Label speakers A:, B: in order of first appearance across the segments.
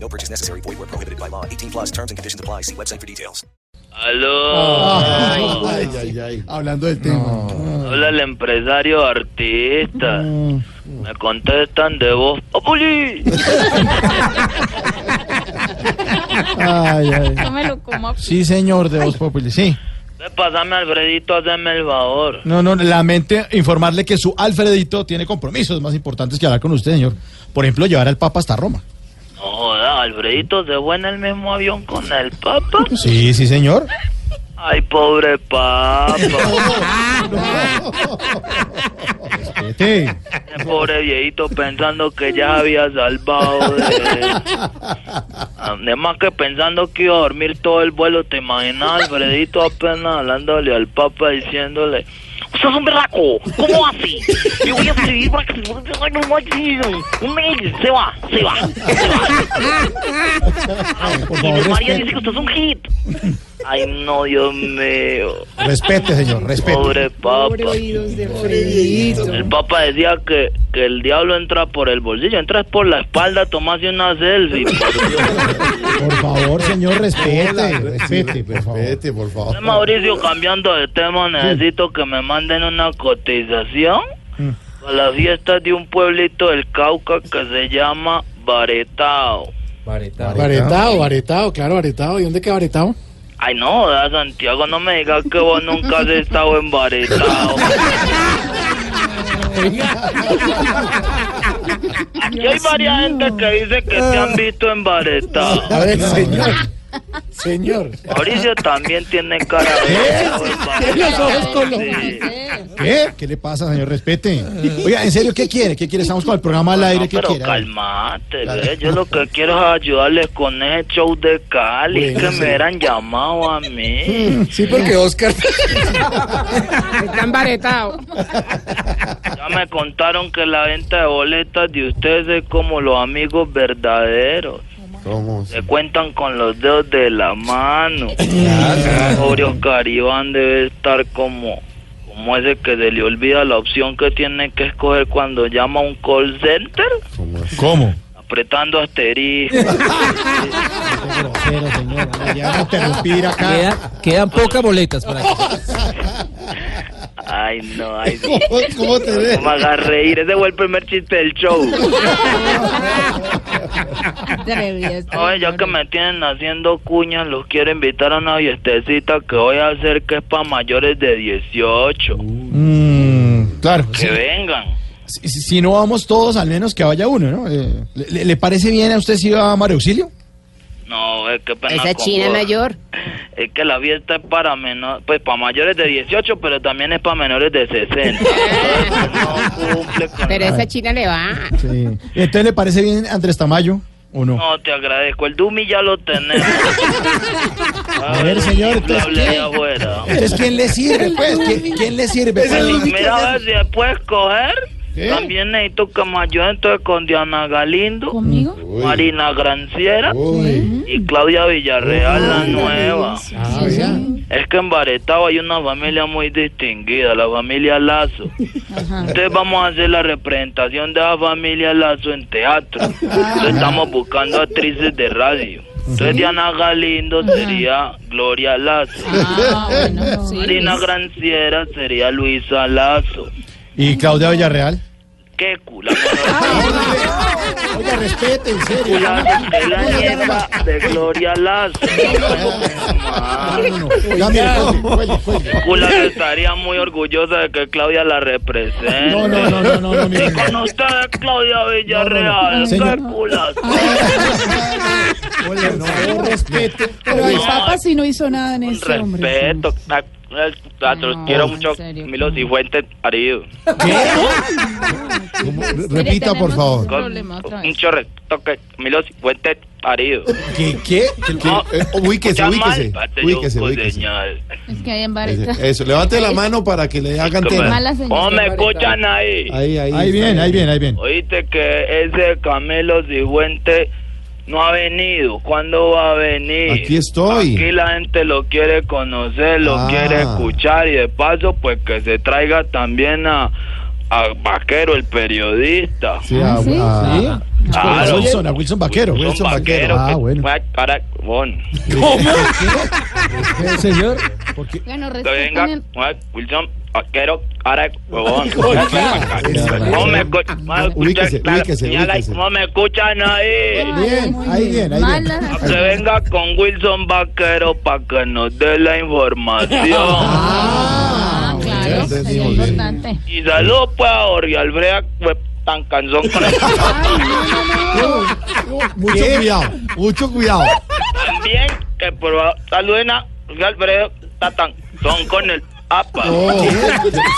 A: No purchase necessary. Void where prohibited by law. 18 plus terms and conditions apply. See website for details.
B: Aló,
C: Ay, ay, ay. Hablando del tema.
B: hola el empresario artista. Me contestan de voz. ¡Populi!
C: Ay, ay. Sí, señor de Voz Populi, sí.
B: Ve, Pásame Alfredito, hazme el favor.
C: No, no, lamento informarle que su Alfredito tiene compromisos más importantes que hablar con usted, señor. Por ejemplo, llevar al Papa hasta Roma.
B: No joda, Alfredito se fue en el mismo avión con el Papa.
C: Sí, sí, señor.
B: Ay, pobre Papa.
C: Vete.
B: Ese Pobre viejito pensando que ya había salvado de... Además que pensando que iba a dormir todo el vuelo, ¿te imaginas? Alfredito apenas hablándole al Papa diciéndole... ¡Usted es un berraco! ¿Cómo así? Yo voy a escribir para que se vuelva a no así. Un mail, se va, se va, se va.
C: Por
B: Y mi
C: favor,
B: María
C: respete,
B: dice que usted es un hit. Ay, no, Dios mío.
C: respete, señor, respete.
B: Pobre Papa. El Papa decía que, que el diablo entra por el bolsillo, entras por la espalda, tomas una selfie. por Dios.
C: Por favor, señor, respete. Respete, por favor.
D: Vete, por favor.
B: Eh, Mauricio, cambiando de tema, necesito que me manden una cotización a la fiesta de un pueblito del Cauca que se llama Baretao.
E: Baretao, baretao, claro, baretao. ¿Y dónde queda baretao?
B: Ay, no, da, Santiago, no me digas que vos nunca has estado en Baretao. Aquí hay varias gente que dice que te han visto en Baretao.
E: A ver, señor. Señor.
B: Mauricio también tiene cara de...
E: Tiene los ojos colorados.
B: Sí.
C: ¿Qué? ¿Qué le pasa, señor? Respete. Oiga, en serio, ¿qué quiere? ¿Qué quiere? Estamos con el programa al aire.
B: No,
C: ¿Qué
B: pero
C: quiere? A ver.
B: calmate, ve, yo lo que quiero es ayudarles con ese show de Cali, es que me hubieran llamado a mí.
E: Mm, Sí, porque Oscar.
F: Están baretados.
B: Ya me contaron que la venta de boletas de ustedes es como los amigos verdaderos.
D: ¿Cómo?
B: Se cuentan con los dedos de la mano. Pobre Oscar Iván debe estar como, como ese que se le olvida la opción que tiene que escoger cuando llama a un call center,
D: ¿Cómo es?
C: ¿Cómo?
B: apretando asterisco.
C: Grosero, señor. Ya no interrumpir acá.
G: Queda- quedan pocas boletas para que
B: Ay, no, ay, no.
C: ¿Cómo, cómo te
B: No
C: ves?
B: me hagas reír, ese fue el primer chiste del show. Oye, ya que me tienen haciendo cuñas, los quiero invitar a una fiestecita que voy a hacer que es para mayores de 18.
D: Uh.
C: Mm, claro. sí.
B: Que vengan.
C: Si, si- si no vamos todos, al menos que vaya uno, ¿no? Eh, ¿le- ¿le, le parece bien a usted si va a Mario Auxilio?
B: No, es que pena
H: Esa
B: con
H: china
B: vos.
H: mayor.
B: Es que la fiesta es para menor, pues para mayores de 18, pero también es para menores de 60. no cumple con
F: Pero esa china le va.
C: Sí. Entonces, ¿le parece bien Andrés Tamayo o no?
B: No, te agradezco. El Dumi ya lo tenemos.
C: A ver, señor, entonces,
B: Hable de
C: ¿qué?
B: afuera.
C: Entonces, ¿quién le sirve, pues? ¿Quién, quién le sirve?
B: Pues,
C: pues?
B: mira, a ver si me puedes coger.
C: ¿Qué?
B: También necesito que me ayude entonces con Diana Galindo,
D: Uy.
B: Marina Granciera
D: Uy.
B: y Claudia Villarreal, la nueva.
C: Ah,
B: Es que en Baretao hay una familia muy distinguida, la familia Lazo. Entonces vamos a hacer la representación de la familia Lazo en teatro.
C: Ah.
B: Entonces estamos buscando actrices de radio. Entonces Diana Galindo sería Gloria Lazo.
C: Ah,
B: Marina Granciera sería Luisa Lazo.
C: ¿Y Claudia Villarreal?
B: ¿Qué culo?
C: Ah,
B: La
C: Oiga, respete, en serio.
B: mejor de la nieta de Gloria Lazo.
C: Oiga, mire, cuelgue, cuelgue, cuelgue.
B: Cula que estaría muy orgullosa de que Claudia la represente.
C: No, no, no, no, no, no, mire.
B: Y con ustedes, Claudia Villarreal.
C: No, no, no.
B: ¿Qué culazo?
C: Oiga, no, no, respete.
I: Pero el
B: No,
I: Papa sí no hizo nada en
B: Con
I: ese hombre.
B: respeto. ta- eh, ta- Los quiero mucho,
F: serio,
B: Milo Cifuentes, Arido.
D: ¿Cómo? Repita, por favor.
B: Con mucho respeto, que Milo Cifuentes, parido.
C: ¿Qué? ¿Qué? ¿Qué- qué?
B: No,
D: eh, ubíquese,
B: escucha
D: ubíquese,
B: parte,
D: ubíquese,
B: yo, pues,
D: ubíquese.
B: coseñal.
I: Es que hay en vareta.
D: Ese- Eso, levante la mano para que le hagan
B: ¿Cómo-
D: tema.
I: Mala señal.
B: ¿Cómo me escuchan ahí?
D: Ahí, ahí.
C: Ahí bien, ahí bien, ahí bien.
B: Oíste que ese Camilo Cifuente no ha venido. ¿Cuándo va a venir?
D: Aquí estoy.
B: Aquí la gente lo quiere conocer, lo
D: Ah.
B: quiere escuchar y de paso pues que se traiga también a, a Vaquero, el periodista.
D: Sí, a-
I: Ah, ¿Sí?
D: a-
C: ¿Sí? A
B: Claro.
C: Wilson, a Wilson Vaquero.
B: Wilson pues,
D: Vaquero.
B: que
C: Ah, bueno.
B: fue a Caracol. Ah,
C: ¿Qué, señor? Porque
I: Bueno,
B: Que venga,
I: respeten el...
B: fue Wilson Vaquero, Caracol.
D: claro.
B: ¿Cómo me escuchan?
D: Ubíquese, ubíquese,
B: Señala,
D: ubíquese.
B: ¿Cómo me escuchan ahí?
C: Bien,
I: Muy
C: ahí bien, ahí bien.
I: Mala
D: Ah,
B: Que venga con Wilson Vaquero para que nos dé la información.
I: Ah, claro,
D: Ustedes
I: sería
D: mismos, bien.
I: importante.
B: Y saludos pues a Jorge Albrea, pues, tan canzón con el...
D: Mucho cuidado, mucho cuidado.
B: También que por favor, saluden a Jorge Albrea, está tan son con el APA.
D: Oh,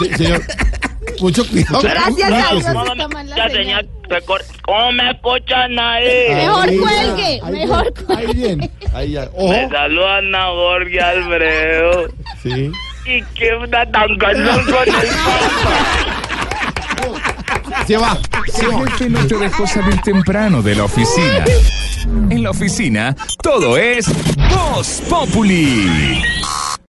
D: se- señor, mucho cuidado.
I: Gracias a Dios
B: ¿Cómo
I: está
B: me,
I: mal
B: ya
I: la
B: señal,
I: señal.
B: recor- ¿Cómo me escuchan ahí?
I: Mejor
D: Ahí,
I: cuelgue,
D: ahí
I: mejor
D: bien,
I: cuelgue.
D: Ahí bien, ahí ya. Ojo.
B: Me saludan a Jorge Albreo.
D: Sí.
B: Y que una tan canzón con el APA.
D: Se va, se va.
J: jefe no te dejó salir temprano de la oficina. En la oficina, todo es Voz Populi.